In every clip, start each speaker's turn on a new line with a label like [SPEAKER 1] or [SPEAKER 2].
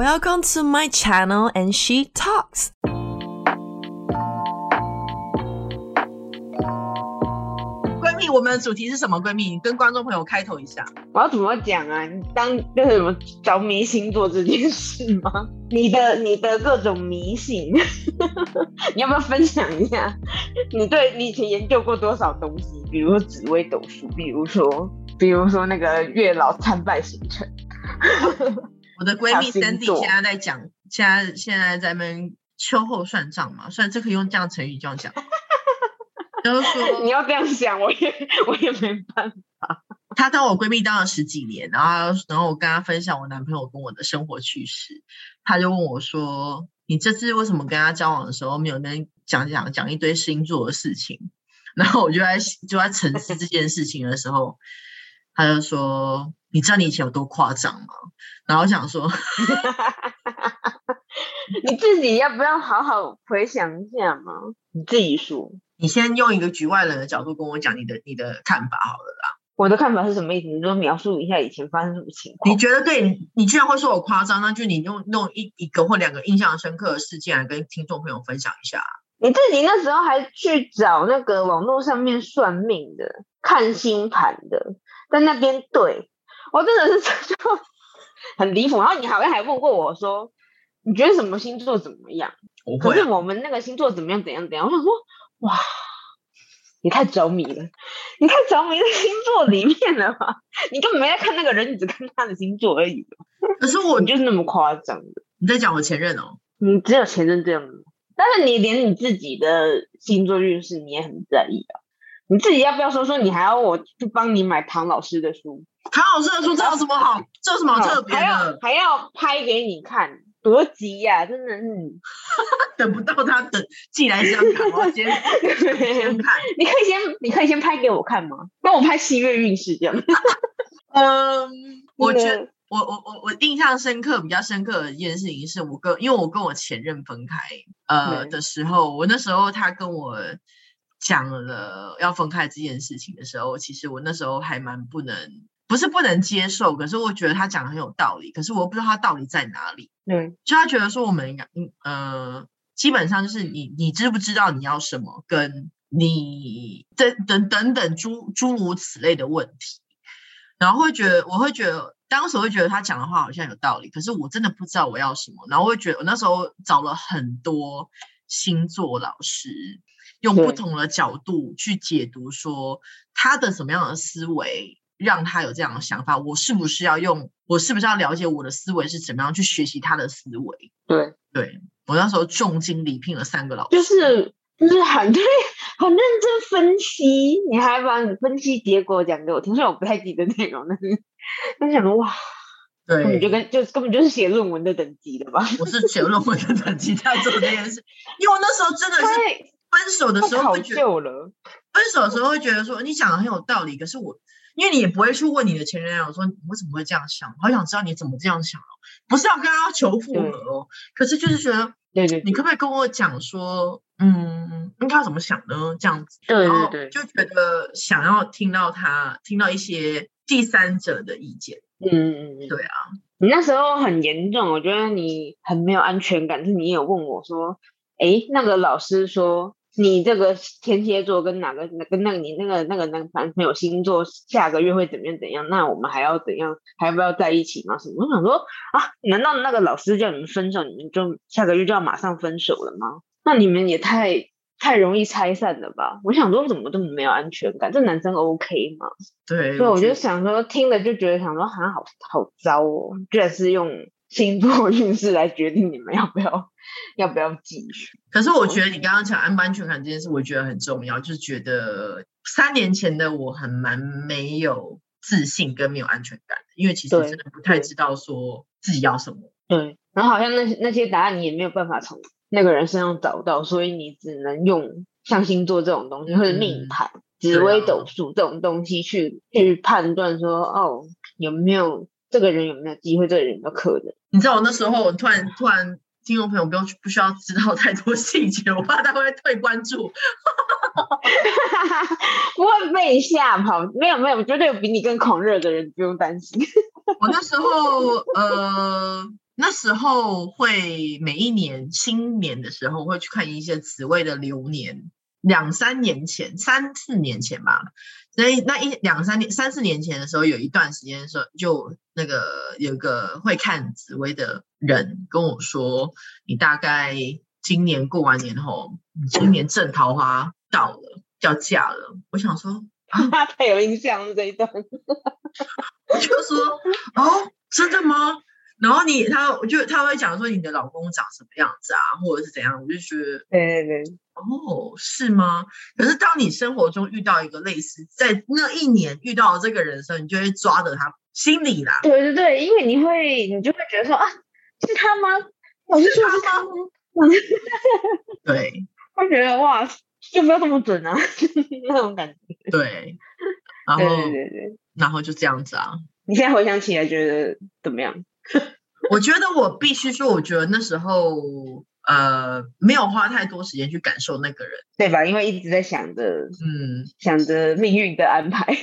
[SPEAKER 1] Welcome to my channel and she talks.
[SPEAKER 2] Hello，闺蜜，我们的主题是什么？闺蜜，你跟观众朋友开头一下。
[SPEAKER 3] 我要怎么讲啊？你当就是什么着迷星座这件事吗？ 你的你的各种迷信， 你要不要分享一下？你对你以前研究过多少东西？比如说紫微斗数，比如说比如说那个月老参拜行程。
[SPEAKER 2] 我的闺蜜
[SPEAKER 3] 小星
[SPEAKER 2] Sandy
[SPEAKER 3] 座
[SPEAKER 2] 现在在讲，现在现在在那边秋后算账嘛，虽然这可以用这样成语这样讲，就是
[SPEAKER 3] 你
[SPEAKER 2] 说
[SPEAKER 3] 要这样想，我也 我也没办法。
[SPEAKER 2] 她当我闺蜜当了十几年，然后然后我跟她分享我男朋友跟我的生活趣事，她就问我说：“你这次为什么跟他交往的时候没有跟讲讲讲一堆星座的事情？” 然后我就在就在沉思这件事情的时候，她就说：“你知道你以前有多夸张吗？”然后我想说。
[SPEAKER 3] 你自己要不要好好回想一下嘛？你自己说，
[SPEAKER 2] 你先用一个局外人的角度跟我讲你的你的看法好了啦。
[SPEAKER 3] 我的看法是什么意思？你就描述一下以前发生什么情况
[SPEAKER 2] 你。觉得对你你居然会说我夸张，那就你用弄一一个或两个印象深刻的事件来跟听众朋友分享一下。
[SPEAKER 3] 你自己那时候还去找那个网络上面算命的、看星盘的，在那边对我真的是 就很离谱。然后你好像还问过我说，你觉得什么星座怎么样？
[SPEAKER 2] 我
[SPEAKER 3] 可
[SPEAKER 2] 会
[SPEAKER 3] 是
[SPEAKER 2] 啊、
[SPEAKER 3] 我们那个星座怎么样怎样怎样？我想说，哇，你太着迷了，你太着迷在星座里面了吧？ 你根本没在看那个人，你只看他的星座而已，
[SPEAKER 2] 可是我
[SPEAKER 3] 你就是那么夸张的。
[SPEAKER 2] 你在讲我前任哦，
[SPEAKER 3] 你只有前任这样子，但是你连你自己的星座运势你也很在意啊。你自己要不要说说？你还要我去帮你买唐老师的书，嗯
[SPEAKER 2] 唐老师的书这有什么好，这有什么好特别
[SPEAKER 3] 还要
[SPEAKER 2] 的？
[SPEAKER 3] 还要拍给你看，多急呀、真的是，
[SPEAKER 2] 等不到他等寄来香港，我要先先看。
[SPEAKER 3] 你可以先你可以先拍给我看吗？帮我拍七月运势这样。
[SPEAKER 2] 嗯，我觉
[SPEAKER 3] 那个
[SPEAKER 2] 我我我我印象深刻比较深刻的一件事情是我跟因为我跟我前任分开呃
[SPEAKER 3] 嗯
[SPEAKER 2] 的时候，我那时候他跟我讲了要分开这件事情的时候，其实我那时候还蛮不能，不是不能接受，可是我觉得他讲的很有道理，可是我又不知道他道理在哪里，
[SPEAKER 3] 对
[SPEAKER 2] 就他觉得说我们两嗯呃基本上就是你你知不知道你要什么，跟你等等等等诸诸如此类的问题。然后会觉得，我会觉得，当时会觉得他讲的话好像有道理，可是我真的不知道我要什么。然后会觉得，我那时候找了很多星座老师，用不
[SPEAKER 3] 对
[SPEAKER 2] 同的角度去解读，说他的什么样的思维让他有这样的想法，我是不是要用，我是不是要了解我的思维是怎么样去学习他的思维？
[SPEAKER 3] 对，
[SPEAKER 2] 对我那时候重金礼聘了三个老师，
[SPEAKER 3] 就是就是很对，很认真分析，你还把你分析结果讲给我听，虽然我不太记得内容，但是但是想说哇，
[SPEAKER 2] 对，
[SPEAKER 3] 根本就跟就是根本就是写论文的等级了吧？
[SPEAKER 2] 我是写论文的等级在做这件事，因为我那时候真的是
[SPEAKER 3] 太
[SPEAKER 2] 分手的时
[SPEAKER 3] 太
[SPEAKER 2] 候
[SPEAKER 3] 考
[SPEAKER 2] 会觉得。
[SPEAKER 3] 究了，
[SPEAKER 2] 分手的时候会觉得说你讲的很有道理，可是我因为你也不会去问你的前任啊，我说你为什么会这样想，好想知道你怎么这样想哦，不是要跟他求复合哦，可是就是觉得
[SPEAKER 3] 对对
[SPEAKER 2] 你可不可以跟我讲说，嗯，应该要怎么想呢？这样子，
[SPEAKER 3] 对
[SPEAKER 2] 然后就觉得想要听到他听到一些第三者的意见，
[SPEAKER 3] 嗯嗯嗯，
[SPEAKER 2] 对
[SPEAKER 3] 啊。你那时候很严重，我觉得你很没有安全感。是你有问我说，诶，那个老师说你这个天蝎座跟哪个跟那个你那个那个那个男朋友星座下个月会怎么样怎样？那我们还要怎样？还要不要在一起吗？什么？我想说啊，难道那个老师叫你们分手，你们就下个月就要马上分手了吗？那你们也太太容易拆散了吧？我想说，怎么这么没有安全感？这男生 OK 吗？
[SPEAKER 2] 对，
[SPEAKER 3] 对，我
[SPEAKER 2] 觉
[SPEAKER 3] 就想说，听了就觉得想说，好像好好糟哦，居然是用星座运势来决定你们要不要要不要继续。
[SPEAKER 2] 可是我觉得你刚刚讲安不安全感这件事，我觉得很重要，就是觉得三年前的我很蛮没有自信跟没有安全感的，因为其实
[SPEAKER 3] 对
[SPEAKER 2] 真的不太
[SPEAKER 3] 对
[SPEAKER 2] 知道说自己要什么。
[SPEAKER 3] 对，然后好像那那些答案你也没有办法从那个人身上找到，所以你只能用像星座这种东西，或者命
[SPEAKER 2] 嗯
[SPEAKER 3] 盘、紫
[SPEAKER 2] 对
[SPEAKER 3] 微
[SPEAKER 2] 啊
[SPEAKER 3] 斗数这种东西去去判断说，哦，有没有这个人有没有机会，这个人有没有可能。
[SPEAKER 2] 你知道我那时候，我突然突然听众朋友不用不需要知道太多细节，我怕他会退关注。
[SPEAKER 3] 不会被吓跑，没有没 有，绝对有比你更狂热的人，不用担心。
[SPEAKER 2] 我那时候呃，那时候会每一年新年的时候会去看一些紫薇的流年，两三年前、三四年前吧。所以那一两三年、三四年前的时候，有一段时间的时候，就那个有个会看紫薇的人跟我说，你大概今年过完年后，你今年正桃花到了，要嫁了。我想说，
[SPEAKER 3] 太有印象了这一段。
[SPEAKER 2] 我就说哦，真的吗？然后你他我就他会讲说你的老公长什么样子啊，或者是怎样，我就觉得
[SPEAKER 3] 对对对，
[SPEAKER 2] 哦，是吗？可是当你生活中遇到一个类似在那一年遇到这个人的时候，你就会抓着他心里 啦。
[SPEAKER 3] 对对对，因为你会，你就会觉得说啊，是他吗？我是说是他吗？
[SPEAKER 2] 对
[SPEAKER 3] 会觉得哇，就不要这么准啊， 那种感觉。
[SPEAKER 2] 对，然后
[SPEAKER 3] 对对对对，
[SPEAKER 2] 然后就这样子啊。
[SPEAKER 3] 你现在回想起来觉得怎么样？
[SPEAKER 2] 我觉得我必须说，我觉得那时候呃没有花太多时间去感受那个人。
[SPEAKER 3] 对吧？因为一直在想着
[SPEAKER 2] 嗯，
[SPEAKER 3] 想着命运的安排，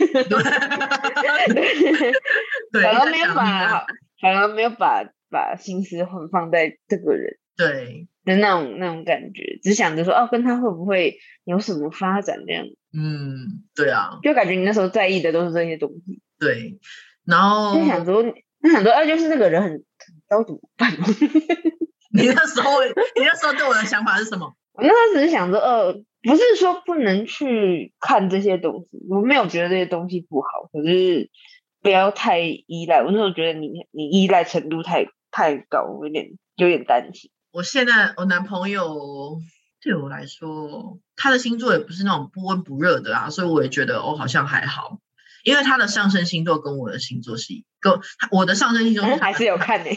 [SPEAKER 2] 对，
[SPEAKER 3] 反而
[SPEAKER 2] 在
[SPEAKER 3] 没
[SPEAKER 2] 想
[SPEAKER 3] 有
[SPEAKER 2] 你啊
[SPEAKER 3] 把反而没有把把心思放放在这个人
[SPEAKER 2] 对，
[SPEAKER 3] 的那种那种感觉，只想着说哦，跟他会不会有什么发展这样，
[SPEAKER 2] 嗯，对啊，
[SPEAKER 3] 就感觉你那时候在意的都是这些东西，
[SPEAKER 2] 对，然后
[SPEAKER 3] 就想说就想说，啊，就是那个人很很糟怎么办？
[SPEAKER 2] 你那时候，你那时候对我的想法是什么？
[SPEAKER 3] 我那时候只是想着，呃，不是说不能去看这些东西，我没有觉得这些东西不好，可是不要太依赖。我那时候觉得你你依赖程度太太高，我有点有点担心。
[SPEAKER 2] 我现在我男朋友对我来说，他的星座也不是那种不温不热的啊，所以我也觉得哦，好像还好，因为他的上升星座跟我的星座是一跟他我的上升星座
[SPEAKER 3] 嗯、 还是有看呢、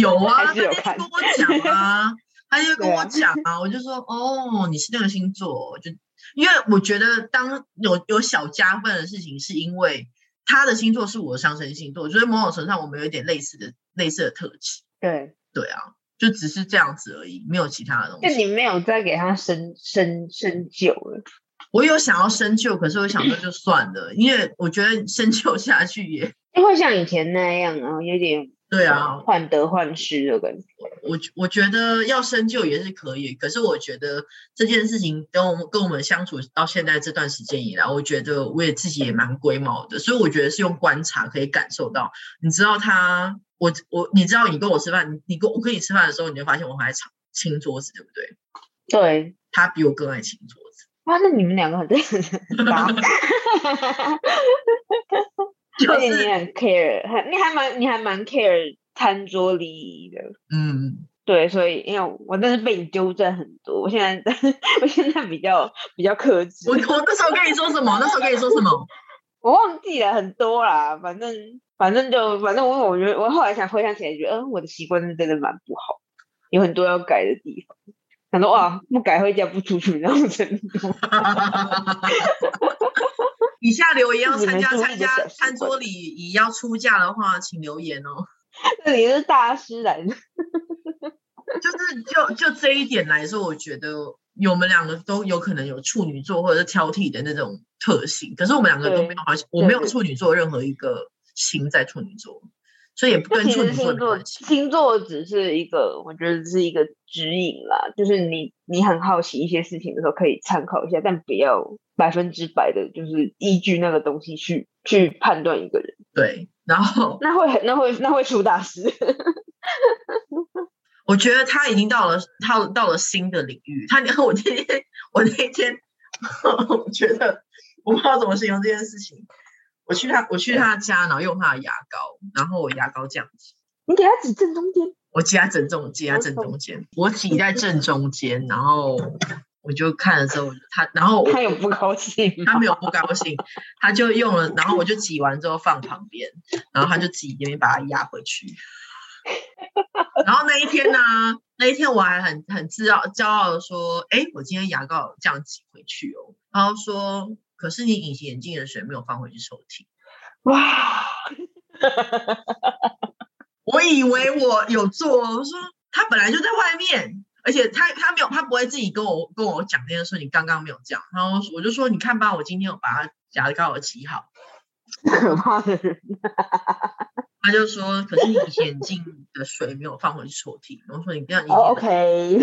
[SPEAKER 2] 有啊，
[SPEAKER 3] 还是有
[SPEAKER 2] 他
[SPEAKER 3] 看
[SPEAKER 2] 就跟我讲 啊，他就跟
[SPEAKER 3] 对
[SPEAKER 2] 我
[SPEAKER 3] 啊
[SPEAKER 2] 讲啊，我就说哦，你是那个星座哦，就因为我觉得当有有小加分的事情，是因为他的星座是我的上升星座，我觉得某种程度上我们有一点类似的类似的特质，
[SPEAKER 3] 对，
[SPEAKER 2] 对啊，就只是这样子而已，没有其他的东
[SPEAKER 3] 就
[SPEAKER 2] 西。
[SPEAKER 3] 你没有再给他深深深究了。
[SPEAKER 2] 我有想要深究，可是我想说就算了，因为我觉得深究下去也
[SPEAKER 3] 就会像以前那样，然后有点
[SPEAKER 2] 对啊，
[SPEAKER 3] 患得患失的感觉。
[SPEAKER 2] 我觉我觉得要深究也是可以，可是我觉得这件事情跟我们跟我们相处到现在这段时间以来，我觉得我也自己也蛮龟毛的，所以我觉得是用观察可以感受到。你知道他，我我你知道你跟我吃饭，你你跟我跟你吃饭的时候，你就发现我很爱吵清桌子，对不对？
[SPEAKER 3] 对，
[SPEAKER 2] 他比我更爱清桌子，
[SPEAKER 3] 哇，那你们两个很 很搭。
[SPEAKER 2] 就
[SPEAKER 3] 而且你
[SPEAKER 2] 是
[SPEAKER 3] 很 care，很你还蛮你还蛮 care 餐桌礼仪的。
[SPEAKER 2] 嗯，
[SPEAKER 3] 对，所以因为我但是被你纠正很多，我现在我现在比较比较克制
[SPEAKER 2] 我，我那时候跟你说什么？那时候跟你说什么？
[SPEAKER 3] 我忘记了很多啦，反正反正就反正我我觉得我后来想回想起来，觉得嗯我的习惯是真的蛮不好，有很多要改的地方。想说哇，不改会嫁不出去那种程度。
[SPEAKER 2] 以下留言要
[SPEAKER 3] 你
[SPEAKER 2] 参
[SPEAKER 3] 们
[SPEAKER 2] 加
[SPEAKER 3] 是为
[SPEAKER 2] 参
[SPEAKER 3] 了
[SPEAKER 2] 加
[SPEAKER 3] 小习
[SPEAKER 2] 餐桌
[SPEAKER 3] 惯
[SPEAKER 2] 礼仪要出嫁的话，请留言哦。
[SPEAKER 3] 这里是大师来的，
[SPEAKER 2] 就是就就这一点来说，我觉得我们两个都有可能有处女座或者是挑剔的那种特性，可是我们两个都没
[SPEAKER 3] 对
[SPEAKER 2] 有，好像我没有
[SPEAKER 3] 对对
[SPEAKER 2] 处女座任何一个星在处女座，所以也不
[SPEAKER 3] 那
[SPEAKER 2] 跟
[SPEAKER 3] 其
[SPEAKER 2] 处
[SPEAKER 3] 实
[SPEAKER 2] 女座
[SPEAKER 3] 星
[SPEAKER 2] 有
[SPEAKER 3] 座
[SPEAKER 2] 关系。
[SPEAKER 3] 星座只是一个，我觉得是一个指引啦，就是你你很好奇一些事情的时候可以参考一下，但不要百分之百的，就是依据那个东西去去判断一个人，
[SPEAKER 2] 对，然后
[SPEAKER 3] 那会很那会那会出大事。
[SPEAKER 2] 我觉得他已经到了他到了新的领域。他，你 看我今天我那一天， 我觉得我不知道怎么形容这件事情。我去他我去他家，然后用他的牙膏，然后我牙膏降级。
[SPEAKER 3] 你给他指正中间，
[SPEAKER 2] 我挤在正中，挤在正中间，我挤在正中间，然后我就看了之后，他然后我
[SPEAKER 3] 他有不高 兴吗
[SPEAKER 2] 他没有不高兴，他就用了，然后我就挤完之后放旁边，然后他就自己那边把它压回去。然后那一天呢、那一天我还很很自傲骄傲的说，哎，我今天牙膏有这样挤回去哦。然后说，可是你隐形眼镜的水没有放回去抽屉。
[SPEAKER 3] 哇，
[SPEAKER 2] 我以为我有做哦，我说他本来就在外面，而且他他没有，他不会自己跟我跟我讲这件事，你刚刚没有讲，然后我就说你看吧，我今天有把它夹的刚好挤好，
[SPEAKER 3] 可怕的人，
[SPEAKER 2] 他他就说，可是你以前眼镜的水没有放回去抽屉，然后说你这样一
[SPEAKER 3] 哦，OK，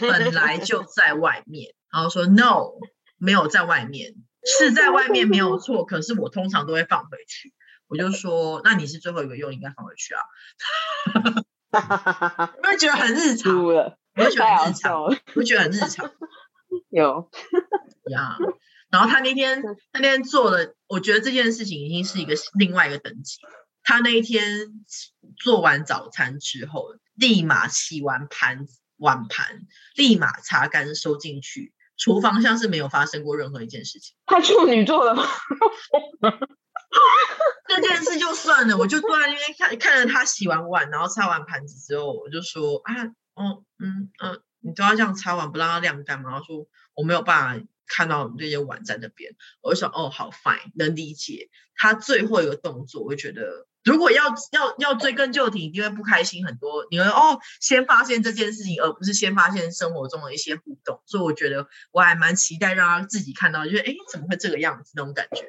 [SPEAKER 2] 本来就在外面，然后说 no，没有在外面，是在外面没有错，可是我通常都会放回去。我就说，那你是最后一个用，应该放回 去啊， 因为觉得很日常，
[SPEAKER 3] 输了，
[SPEAKER 2] 我就觉
[SPEAKER 3] 太
[SPEAKER 2] 得
[SPEAKER 3] 好
[SPEAKER 2] 很日常，
[SPEAKER 3] 笑了。
[SPEAKER 2] 我就觉得很日常。
[SPEAKER 3] 有，
[SPEAKER 2] 呀。然后他那天
[SPEAKER 3] 对
[SPEAKER 2] 那天做了，我觉得这件事情已经是一个另外一个等级。他那一天做完早餐之后，立马洗完盘碗盘，立马擦干收进去，厨房像是没有发生过任何一件事情。
[SPEAKER 3] 他处女座了吗？
[SPEAKER 2] 这件事就算了，我就坐在那边看看着他洗完碗，然后擦完盘子之后，我就说啊，哦，嗯嗯、呃你都要这样擦碗，不让它晾干嘛？他说我没有办法看到这些碗在那边。我就想，哦，好 fine，能理解。他最后一个动作，我就觉得如果要要要追根究底，一定会不开心很多。你会哦，先发现这件事情，而不是先发现生活中的一些互动。所以我觉得我还蛮期待让他自己看到，就是哎，诶怎么会这个样子那种感觉。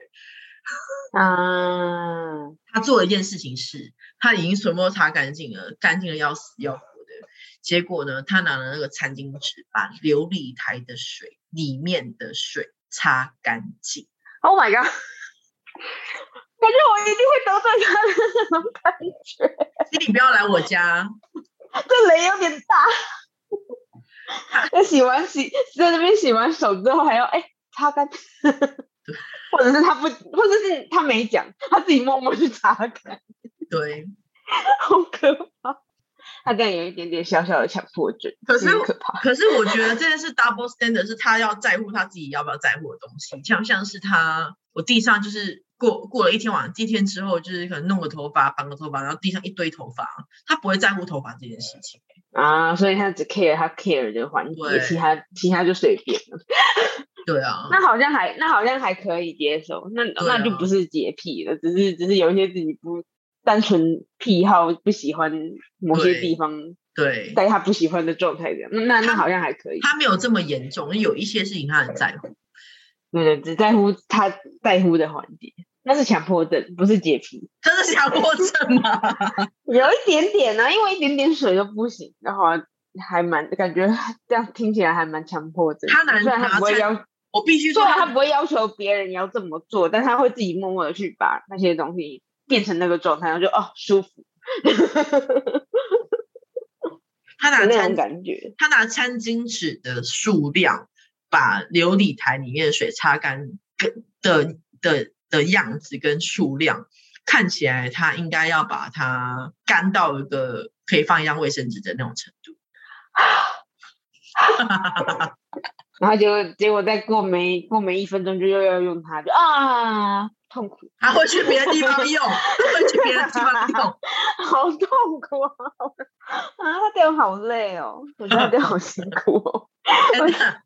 [SPEAKER 3] 啊，
[SPEAKER 2] 他做了一件事情是，他已经全部都擦干净了，干净的要死要活的。结果呢，他拿了那个餐巾纸，把琉璃台的水里面的水擦干净。
[SPEAKER 3] Oh my god！感觉我一定会得罪他的那种感觉，
[SPEAKER 2] 请你不要来我家，
[SPEAKER 3] 这雷有点大。在洗完洗，在那边洗完手之后，还要哎、擦干，或者是他不，或者是他没讲，他自己默默去擦干，
[SPEAKER 2] 对。
[SPEAKER 3] 好可怕。他这样有一点点小小的强迫症，
[SPEAKER 2] 可是
[SPEAKER 3] 有点可怕。
[SPEAKER 2] 可是我觉得这件事 double standard 是他要在乎他自己要不要在乎的东西，像像是他，我地上就是过过了一天晚，一天之后就是可能弄个头发，绑个头发，然后地上一堆头发，他不会在乎头发这件事情。
[SPEAKER 3] 啊，所以他只 care 他 care 的环节，
[SPEAKER 2] 对
[SPEAKER 3] 其他其他就随便了。
[SPEAKER 2] 对啊，
[SPEAKER 3] 那好像还那好像还可以接受，那、
[SPEAKER 2] 啊
[SPEAKER 3] 那就不是洁癖了，只是只是有一些自己不单纯癖好，不喜欢某些
[SPEAKER 2] 对
[SPEAKER 3] 地方，
[SPEAKER 2] 对。
[SPEAKER 3] 在他不喜欢的状态这样。那那那好像还可以，
[SPEAKER 2] 他没有这么严重，有一些事情他很在乎。
[SPEAKER 3] 对对，只在乎他在乎的环节，那是强迫症，不是洁癖，
[SPEAKER 2] 真的强迫症吗？
[SPEAKER 3] 有一点点呢、啊，因为一点点水都不行，然后还蛮感觉 这样听起来还蛮强迫症的。
[SPEAKER 2] 他拿
[SPEAKER 3] 虽然他
[SPEAKER 2] 拿
[SPEAKER 3] 不会
[SPEAKER 2] 餐
[SPEAKER 3] 要
[SPEAKER 2] 我必须
[SPEAKER 3] 虽
[SPEAKER 2] 说
[SPEAKER 3] 啊然他
[SPEAKER 2] 他，
[SPEAKER 3] 不会要求别人要这么做，但他会自己默默的去把那些东西变成那个状态，然后就哦舒服的
[SPEAKER 2] 他拿
[SPEAKER 3] 那种
[SPEAKER 2] 餐
[SPEAKER 3] 感觉。
[SPEAKER 2] 他拿餐巾纸的数量，把琉璃台里面的水擦干跟的的的样子跟数量，看起来他应该要把它干到一个可以放一张卫生纸的那种程度。
[SPEAKER 3] 然后结果结果再过没过没一分钟就又要用它，就啊痛苦，
[SPEAKER 2] 他会去别的地方用，他会去别的地方用。
[SPEAKER 3] 好痛苦啊！啊，他这样好累哦，我觉得他这样好辛苦哦。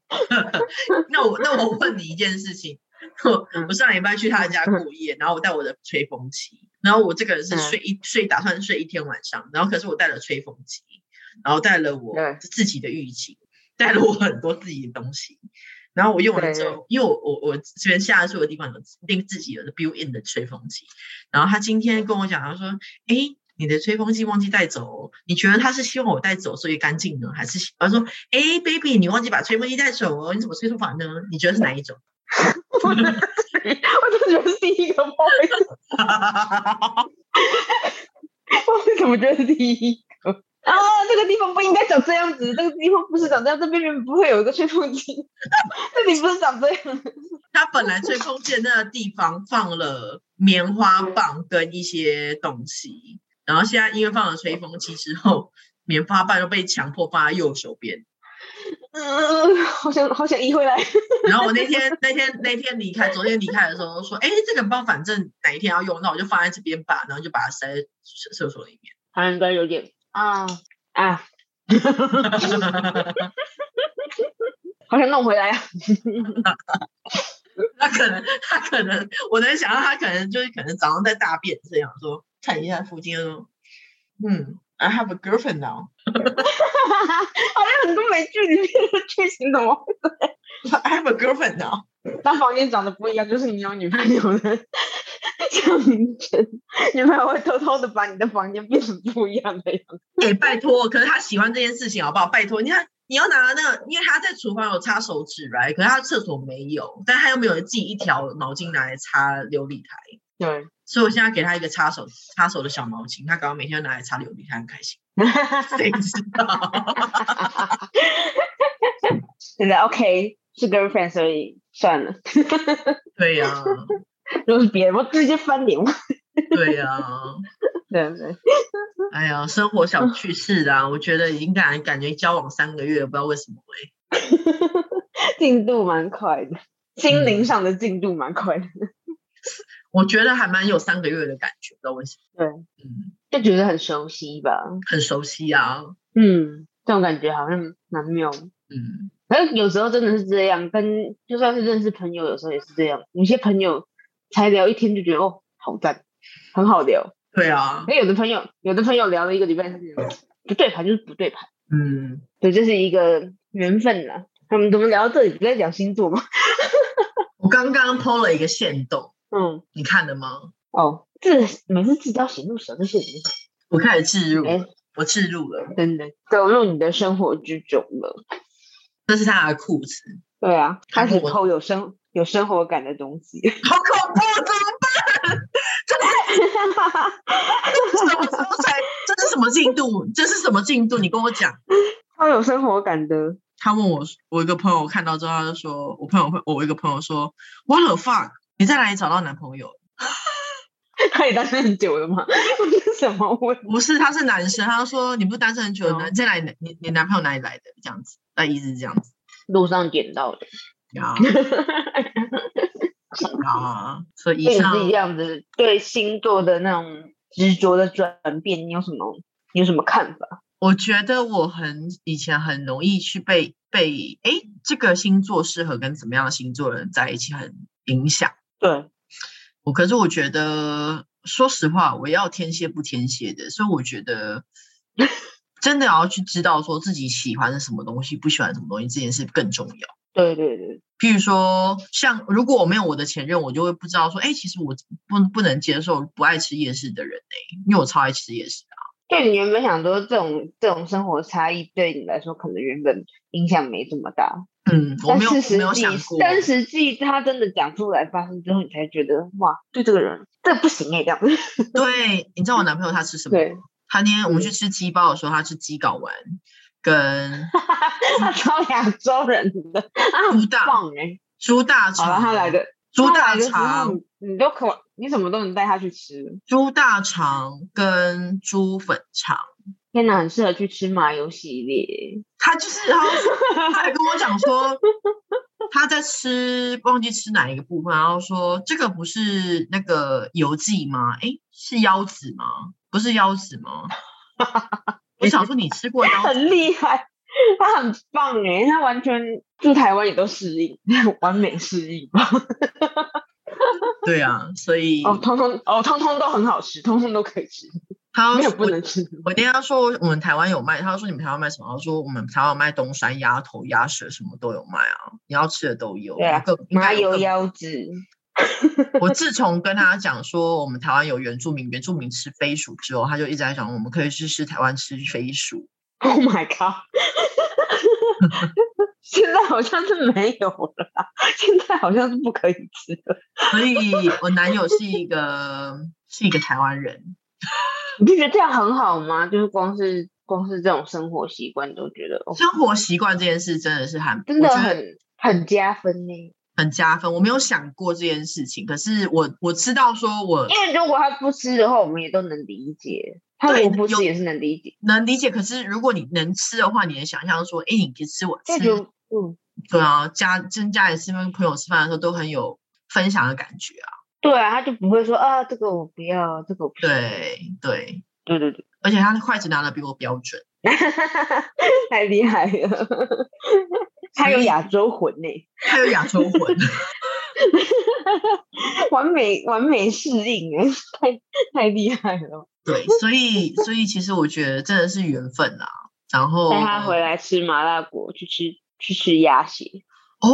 [SPEAKER 2] 那我那我问你一件事情，我
[SPEAKER 3] 嗯
[SPEAKER 2] 我上礼拜去他家过夜，然后我带我的吹风机，然后我这个人是
[SPEAKER 3] 嗯
[SPEAKER 2] 睡一、睡打算睡一天晚上，然后可是我带了吹风机，然后带了我
[SPEAKER 3] 对
[SPEAKER 2] 自己的浴巾，带了我很多自己的东西，然后我用完之
[SPEAKER 3] 对
[SPEAKER 2] 后，因为我我我这边下住的地方有另自己有的 built in 的吹风机，然后他今天跟我讲，他说，诶。你的吹风机忘记带走哦，你觉得他是希望我带走所以干净呢，还是他说哎、b a b y 你忘记把吹风机带走哦，你怎么吹头发呢？你觉得是哪一种？
[SPEAKER 3] 我觉得自己 我就觉得是第一个，不好意思， 我为什么觉得是第一个？啊，这个地方不应该长这样子，这个地方不是长这样，这边人不会有一个吹风机， 这里不是长这样。
[SPEAKER 2] 他本来吹风机的那个地方放了棉花棒跟一些东西，然后现在因为放了吹风机之后，棉花棒又被强迫放在右手边。
[SPEAKER 3] 嗯，好想好想移回来。
[SPEAKER 2] 然后我那天那天那天离开，昨天离开的时候说，哎、这个包反正哪一天要用，那我就放在这边吧，然后就把它塞在厕厕所里面。
[SPEAKER 3] 他应该有点啊啊， 好想弄回来啊。
[SPEAKER 2] 他可能，他可能，我能想到他可能就是可能早上在大便这样说，看一下附近说，嗯，I have a girlfriend now,
[SPEAKER 3] 好像很多美剧里面的剧情怎么会
[SPEAKER 2] I have a girlfriend now。
[SPEAKER 3] 当房间长得不一样，就是你有女朋友的像你女朋友会偷偷的把你的房间变成不一样的样子。
[SPEAKER 2] 哎、拜托，可是他喜欢这件事情好不好？拜托，你看你要拿那个，因为他在厨房有擦手指来，可是他厕所没有，但他又没有自己一条毛巾拿来擦琉璃台，
[SPEAKER 3] 对，
[SPEAKER 2] 所以我现在给他一个擦手擦手的小毛巾，他刚刚每天都拿来擦琉璃，他很开心。谁知道？
[SPEAKER 3] 真的 OK，是 girlfriend，所以算了。
[SPEAKER 2] 对呀、
[SPEAKER 3] 如果是别人，我直接翻脸。
[SPEAKER 2] 对呀、
[SPEAKER 3] 对对，
[SPEAKER 2] 哎呀，生活小趣事啊，我觉得已经感感觉交往三个月，不知道为什么哎、
[SPEAKER 3] 进度蛮快的，心
[SPEAKER 2] 嗯
[SPEAKER 3] 灵上的进度蛮快的，
[SPEAKER 2] 我觉得还蛮有三个月的感觉，不知道为什么。
[SPEAKER 3] 对，
[SPEAKER 2] 嗯，
[SPEAKER 3] 就觉得很熟悉吧。
[SPEAKER 2] 很熟悉啊，
[SPEAKER 3] 嗯，这种感觉好像蛮妙的。
[SPEAKER 2] 嗯，
[SPEAKER 3] 可是有时候真的是这样，跟就算是认识朋友，有时候也是这样。有些朋友才聊一天就觉得哦，好赞，很好聊。
[SPEAKER 2] 对啊，
[SPEAKER 3] 可有的朋友，有的朋友聊了一个礼拜，他就觉得不对盘就是不对盘。
[SPEAKER 2] 嗯，
[SPEAKER 3] 对，这是一个缘分啦。我们怎么聊到这里？不在讲星座吗？
[SPEAKER 2] 我刚刚偷了一个线动，
[SPEAKER 3] 嗯，
[SPEAKER 2] 你看了吗？
[SPEAKER 3] 哦，这每次自招写入手，这些
[SPEAKER 2] 我开始置入
[SPEAKER 3] 哎
[SPEAKER 2] 了，我置入了，
[SPEAKER 3] 真的走入你的生活之中了。
[SPEAKER 2] 这是他的裤子，
[SPEAKER 3] 对啊，开
[SPEAKER 2] 看
[SPEAKER 3] 始
[SPEAKER 2] 过
[SPEAKER 3] 偷有生有生活感的东西。
[SPEAKER 2] 好恐怖，怎么办？什么时候才？这是什么进度？这是什么进度？你跟我讲。
[SPEAKER 3] 超有生活感的，
[SPEAKER 2] 他问我，我一个朋友看到之后，他就说，我朋友会，我一个朋友说，What the fuck？你在哪里找到男朋友？
[SPEAKER 3] 他也单身很久了嘛？ 这是什么问？
[SPEAKER 2] 不是，他是男生，他就说你不是单身很久了，
[SPEAKER 3] 哦
[SPEAKER 2] 你在哪里？你你男朋友哪里来的？这样子，那意思是这样子
[SPEAKER 3] 路上捡到 的，
[SPEAKER 2] 啊啊！所以
[SPEAKER 3] 对
[SPEAKER 2] 以
[SPEAKER 3] 你
[SPEAKER 2] 上
[SPEAKER 3] 自己这样子对星座的那种执着的转变，你有什么你有什么看法？
[SPEAKER 2] 我觉得我很以前很容易去被被哎这个星座适合跟怎么样的星座的人在一起很影响
[SPEAKER 3] 对，
[SPEAKER 2] 我。可是我觉得，说实话，我要天蝎不天蝎的，所以我觉得 真的要去知道说自己喜欢什么东西，不喜欢什么东西这件事更重要。
[SPEAKER 3] 对对对，
[SPEAKER 2] 譬如说，像如果我没有我的前任，我就会不知道说，哎，其实我不不能接受不爱吃夜市的人哎、因为我超爱吃夜市的。
[SPEAKER 3] 就你原本想说这种这种生活差异对你来说可能原本影响没这么大，
[SPEAKER 2] 嗯，我
[SPEAKER 3] 但
[SPEAKER 2] 没有
[SPEAKER 3] 是
[SPEAKER 2] 我
[SPEAKER 3] 实
[SPEAKER 2] 没有
[SPEAKER 3] 际
[SPEAKER 2] 想过，
[SPEAKER 3] 但实际他真的讲出来发生之后，你才觉得哇，对这个人这不行哎、这样
[SPEAKER 2] 对，你知道我男朋友他吃什么吗？
[SPEAKER 3] 对，
[SPEAKER 2] 他那天我们去
[SPEAKER 3] 嗯
[SPEAKER 2] 吃鸡包的时候，他吃鸡睾丸跟
[SPEAKER 3] 他超亚洲人的，他
[SPEAKER 2] 猪
[SPEAKER 3] 很
[SPEAKER 2] 大
[SPEAKER 3] 棒哎、欸，
[SPEAKER 2] 猪大肠。
[SPEAKER 3] 好了，他来的
[SPEAKER 2] 猪
[SPEAKER 3] 他
[SPEAKER 2] 大
[SPEAKER 3] 来的时候
[SPEAKER 2] 肠，
[SPEAKER 3] 你，你都可你什么都能带他去吃。
[SPEAKER 2] 猪大肠跟猪粉肠。
[SPEAKER 3] 天哪，很适合去吃麻油系列。
[SPEAKER 2] 他就是，然后他还跟我讲说，他在吃忘记吃哪一个部分，然后说这个不是那个油记吗？诶，是腰子吗？不是腰子吗？我想说你吃过腰子，
[SPEAKER 3] 很厉害，他很棒哎，他完全住台湾也都适应，完美适应。
[SPEAKER 2] 对啊，所以
[SPEAKER 3] 哦，通通哦，通通都很好吃，通通都可以吃，
[SPEAKER 2] 他
[SPEAKER 3] 没有
[SPEAKER 2] 我
[SPEAKER 3] 不能吃。
[SPEAKER 2] 我跟他说我们台湾有卖，他说你们台湾卖什么？我说我们台湾有卖东山鸭头、鸭舌，什么都有卖啊，你要吃的都有。
[SPEAKER 3] 对啊
[SPEAKER 2] 更应
[SPEAKER 3] 麻
[SPEAKER 2] 该有
[SPEAKER 3] 油
[SPEAKER 2] 更
[SPEAKER 3] 腰子，
[SPEAKER 2] 我自从跟他讲说我们台湾有原住民，原住民吃飞鼠之后，他就一直在讲我们可以去吃台湾吃飞鼠。
[SPEAKER 3] Oh my god！现在好像是没有了啦，现在好像是不可以吃了。
[SPEAKER 2] 所以我男友是一个是一个台湾人，
[SPEAKER 3] 你不觉得这样很好吗？就是光是光是这种生活习惯，都觉得哦，
[SPEAKER 2] 生活习惯这件事真的是很
[SPEAKER 3] 真的
[SPEAKER 2] 我觉得
[SPEAKER 3] 很很加分呢。
[SPEAKER 2] 很加分。我没有想过这件事情，可是我我知道说我
[SPEAKER 3] 因为如果他不吃的话，我们也都能理解。他
[SPEAKER 2] 对
[SPEAKER 3] 如果不
[SPEAKER 2] 有
[SPEAKER 3] 吃也是能理解，
[SPEAKER 2] 能理解，可是如果你能吃的话，你能想象说，哎，你可以吃我
[SPEAKER 3] 就
[SPEAKER 2] 吃
[SPEAKER 3] 觉得嗯，
[SPEAKER 2] 对啊，家跟家里吃饭、跟朋友吃饭的时候都很有分享的感觉啊。
[SPEAKER 3] 对啊，他就不会说啊，这个我不要，这个我不要。
[SPEAKER 2] 对对，
[SPEAKER 3] 对对对，
[SPEAKER 2] 而且他的筷子拿的比我标准。
[SPEAKER 3] 太厉害了，他有
[SPEAKER 2] 所以
[SPEAKER 3] 亚洲魂呢、
[SPEAKER 2] 他有亚洲魂，
[SPEAKER 3] 完美完美适应哎、太太厉害了。
[SPEAKER 2] 对，所以所以其实我觉得真的是缘分啦。然后
[SPEAKER 3] 带他回来吃麻辣锅，去吃去吃鸭血，嗯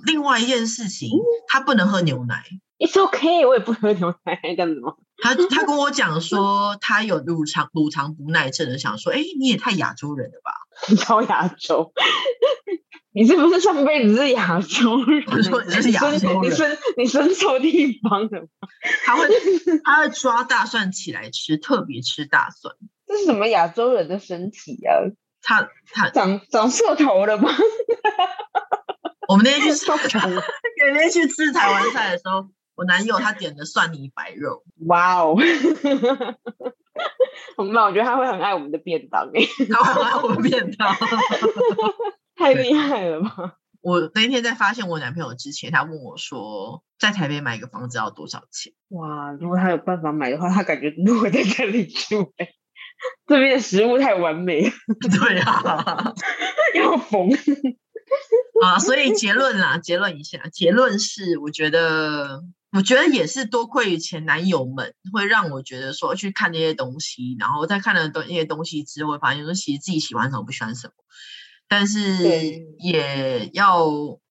[SPEAKER 2] 哦，另外一件事情，他不能喝牛奶，
[SPEAKER 3] It's okay，我也不喝牛奶，这样子吗？
[SPEAKER 2] 他他跟我讲说，他有乳糖乳糖不耐症的，想说，哎、你也太亚洲人了吧？
[SPEAKER 3] 超亚洲，你是不是上辈子是亚洲人？
[SPEAKER 2] 我说你是亚洲
[SPEAKER 3] 你
[SPEAKER 2] 人
[SPEAKER 3] 生你生错地方了，
[SPEAKER 2] 他 会他会抓大蒜起来吃，特别吃大蒜。
[SPEAKER 3] 这是什么亚洲人的身体啊？
[SPEAKER 2] 他他，
[SPEAKER 3] 长长色头 了吗？
[SPEAKER 2] 我们那天去 吃，
[SPEAKER 3] 受不了
[SPEAKER 2] 我那天去吃台湾菜的时候，我男友他点的蒜泥白肉，
[SPEAKER 3] 哇哦！ 我们我觉得他会很爱我们的便当欸诶、
[SPEAKER 2] 他会把我变到。
[SPEAKER 3] 太厉害了吧！
[SPEAKER 2] 我那天在发现我男朋友之前，他问我说，在台北买一个房子要多少钱？
[SPEAKER 3] 哇，如果他有办法买的话，他感觉如果在这里住、欸，这边的食物太完美了，
[SPEAKER 2] 对啊，
[SPEAKER 3] 要疯！
[SPEAKER 2] 啊，所以结论啦，结论一下，结论是，我觉得，我觉得也是多亏于前男友们，会让我觉得说去看那些东西，然后在看了东那些东西之后，会发现说其实自己喜欢什么，不喜欢什么，但是
[SPEAKER 3] 对
[SPEAKER 2] 也要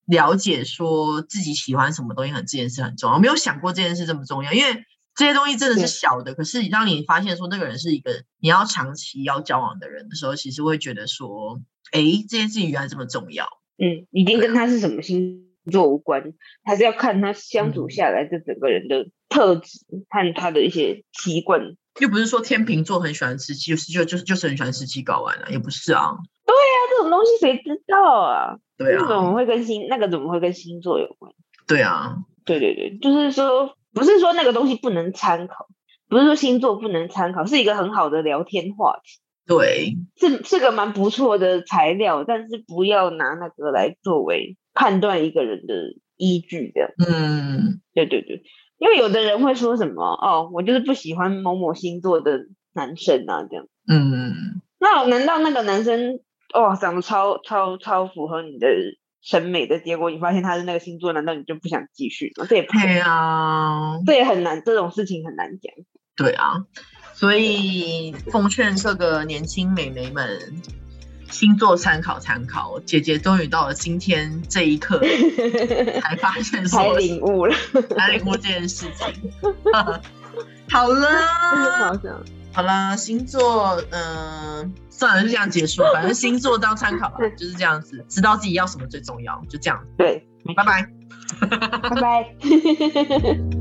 [SPEAKER 2] 了解说自己喜欢什么东西很这件事很重要。我没有想过这件事这么重要，因为。这些东西真的是
[SPEAKER 3] 对
[SPEAKER 2] 小的，可是当你发现说那个人是一个你要长期要交往的人的时候，其实会觉得说，诶，这件事情原来这么重要。
[SPEAKER 3] 嗯，已经跟他是什么星座无关，还是要看他相处
[SPEAKER 2] 嗯
[SPEAKER 3] 下来这整个人的特质和他的一些习惯。
[SPEAKER 2] 又不是说天秤座很喜欢吃鸡，就是就就是就是很喜欢吃鸡睾丸啊，也不是啊，
[SPEAKER 3] 那这种东西谁知道啊？
[SPEAKER 2] 对
[SPEAKER 3] 那怎
[SPEAKER 2] 啊，
[SPEAKER 3] 么会跟星那个怎么会跟星座有关？
[SPEAKER 2] 对啊，
[SPEAKER 3] 对对对，就是说不是说那个东西不能参考，不是说星座不能参考，是一个很好的聊天话题，
[SPEAKER 2] 对，
[SPEAKER 3] 是是个蛮不错的材料，但是不要拿那个来作为判断一个人的依据这样。
[SPEAKER 2] 嗯，
[SPEAKER 3] 对对对，因为有的人会说什么哦，我就是不喜欢某某星座的男生啊，这样。
[SPEAKER 2] 嗯，
[SPEAKER 3] 那难道那个男生哦长得超超超符合你的审美的结果，你发现他是那个星座，难道你就不想继续吗？这也不可
[SPEAKER 2] 对
[SPEAKER 3] 能，
[SPEAKER 2] 啊，
[SPEAKER 3] 这也很难，这种事情很难 讲。
[SPEAKER 2] 对啊，所以奉劝各个年轻美眉们，星座参考参考。姐姐终于到了今天这一刻，才发现
[SPEAKER 3] 才
[SPEAKER 2] 说
[SPEAKER 3] 领悟了，
[SPEAKER 2] 才领悟这件事情。 好了。
[SPEAKER 3] 好像
[SPEAKER 2] 好啦，星座，嗯、算了，就这样结束。反正星座当参考吧，就是这样子，知道自己要什么最重要，就这样。
[SPEAKER 3] 对，
[SPEAKER 2] 拜拜。
[SPEAKER 3] 拜拜。